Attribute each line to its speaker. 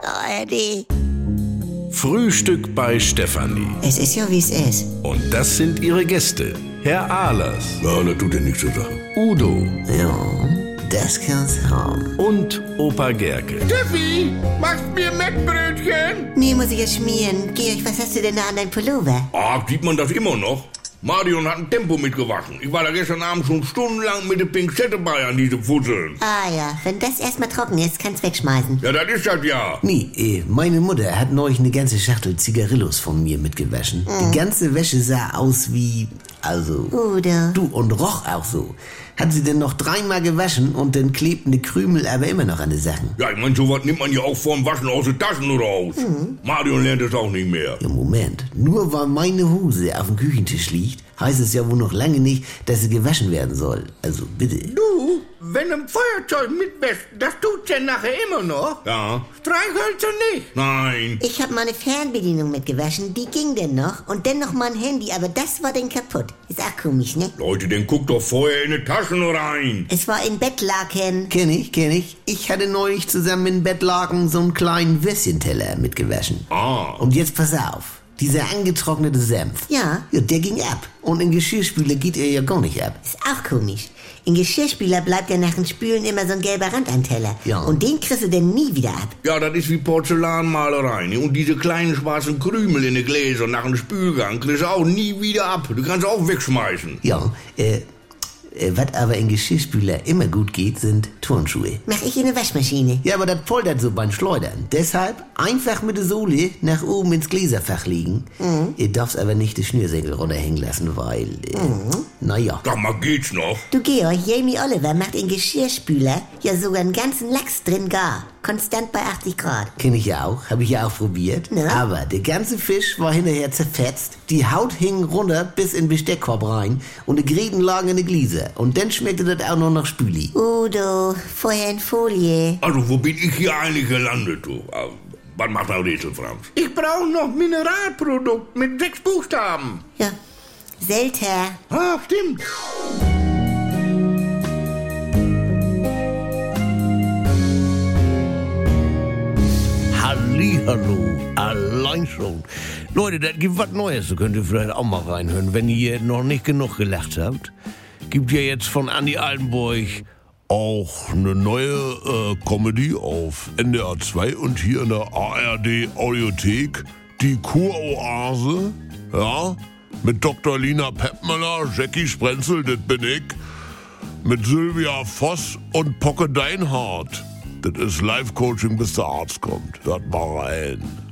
Speaker 1: ARD.
Speaker 2: Frühstück bei Stefanie.
Speaker 1: Es ist ja, wie es ist.
Speaker 2: Und das sind ihre Gäste. Herr Ahlers. Ja, das tut ja nichts zur Sache. Udo
Speaker 1: Ja, das kann's haben.
Speaker 2: und Opa Gerke.
Speaker 3: Steffi, machst mir Mettbrötchen?
Speaker 1: Nee, muss ich jetzt schmieren. Georg, was hast du denn da an deinem Pullover?
Speaker 3: Ah, sieht man das immer noch? Marion hat ein Tempo mitgewaschen. Ich war da gestern Abend schon stundenlang mit der Pinzette bei an diese Fusseln.
Speaker 1: Ah ja, wenn das erstmal trocken ist, kann's wegschmeißen.
Speaker 3: Ja, das ist das ja.
Speaker 4: Nee, eh, meine Mutter hat neulich eine ganze Schachtel Zigarillos von mir mitgewaschen. Die ganze Wäsche sah aus wie. Also.
Speaker 1: Udo.
Speaker 4: Du und roch auch so. Hat sie denn noch dreimal gewaschen und dann klebten die Krümel aber immer noch an den Sachen.
Speaker 3: Ja, ich mein, sowas nimmt man ja auch vorm Waschen aus den Taschen oder aus. Marion lernt es auch nicht mehr.
Speaker 4: Ja, Moment. Nur weil meine Hose auf dem Küchentisch liegt, heißt es ja wohl noch lange nicht, dass sie gewaschen werden soll. Also bitte.
Speaker 5: Du, wenn im Feuerzeug mitwäscht, das tut's ja nachher immer noch.
Speaker 3: Ja,
Speaker 5: Streichhölzer nicht.
Speaker 3: nein.
Speaker 1: Ich habe meine Fernbedienung mitgewaschen, die ging denn noch. Und dann noch mein Handy, aber das war denn kaputt. Ist auch komisch, ne?
Speaker 3: Leute, dann guckt doch vorher in die Taschen rein.
Speaker 1: Es war in Bettlaken.
Speaker 4: Kenn ich, kenn ich. Ich hatte neulich zusammen mit dem Bettlaken so einen kleinen Würstchenteller mitgewaschen.
Speaker 3: Ah,
Speaker 4: Und jetzt pass auf. Dieser angetrocknete Senf.
Speaker 1: Ja.
Speaker 4: Ja, der ging ab. Und in Geschirrspüle geht er ja gar nicht ab.
Speaker 1: Ist auch komisch. In Geschirrspüler bleibt ja nach dem Spülen immer so ein gelber Rand am Teller.
Speaker 4: Ja.
Speaker 1: Und den kriegst du denn nie wieder ab.
Speaker 3: ja, das ist wie Porzellanmalerei. ne? Und diese kleinen schwarzen Krümel in den Gläsern nach dem Spülgang kriegst du auch nie wieder ab. Du kannst auch wegschmeißen.
Speaker 4: Ja, äh, äh, was aber in Geschirrspüler immer gut geht, sind Turnschuhe.
Speaker 1: Mach ich in eine Waschmaschine.
Speaker 4: Ja, aber das poltert so beim Schleudern. Deshalb einfach mit der Sohle nach oben ins Gläserfach legen. Ihr darfst aber nicht die Schnürsenkel runterhängen lassen, weil, äh, naja.
Speaker 3: Sag mal, geht's noch?
Speaker 1: Du Georg, Jamie Oliver macht in Geschirrspüler ja sogar einen ganzen Lachs drin gar. Konstant bei 80 Grad.
Speaker 4: Kenn ich ja auch, habe ich ja auch probiert.
Speaker 1: Ja.
Speaker 4: Aber der ganze Fisch war hinterher zerfetzt. Die Haut hing runter bis in den Besteckkorb rein und die Gräten lagen in die Gläser. Und dann schmeckte das auch noch nach Spüli.
Speaker 1: Udo, vorher in Folie.
Speaker 3: Also, wo bin ich hier eigentlich gelandet, du? Ah, Was macht der Rätsel, Franz?
Speaker 5: Ich brauche noch Mineralprodukt mit sechs Buchstaben.
Speaker 1: Ja. Selter.
Speaker 5: Ah, stimmt.
Speaker 6: Hallihallo, allein schon. Leute, das gibt was Neues, da könnt ihr vielleicht auch mal reinhören. Wenn ihr noch nicht genug gelacht habt, gibt ja jetzt von Andy Altenburg auch eine neue äh, Comedy auf NDR 2 und hier in der ARD Audiothek. Die Kuroase, ja, mit Dr. Lina Peppmüller, Jackie Sprenzel, das bin ich mit Sylvia Voss und Pocke Deinhardt. Das ist Life-Coaching, bis der Arzt kommt. Das war rein.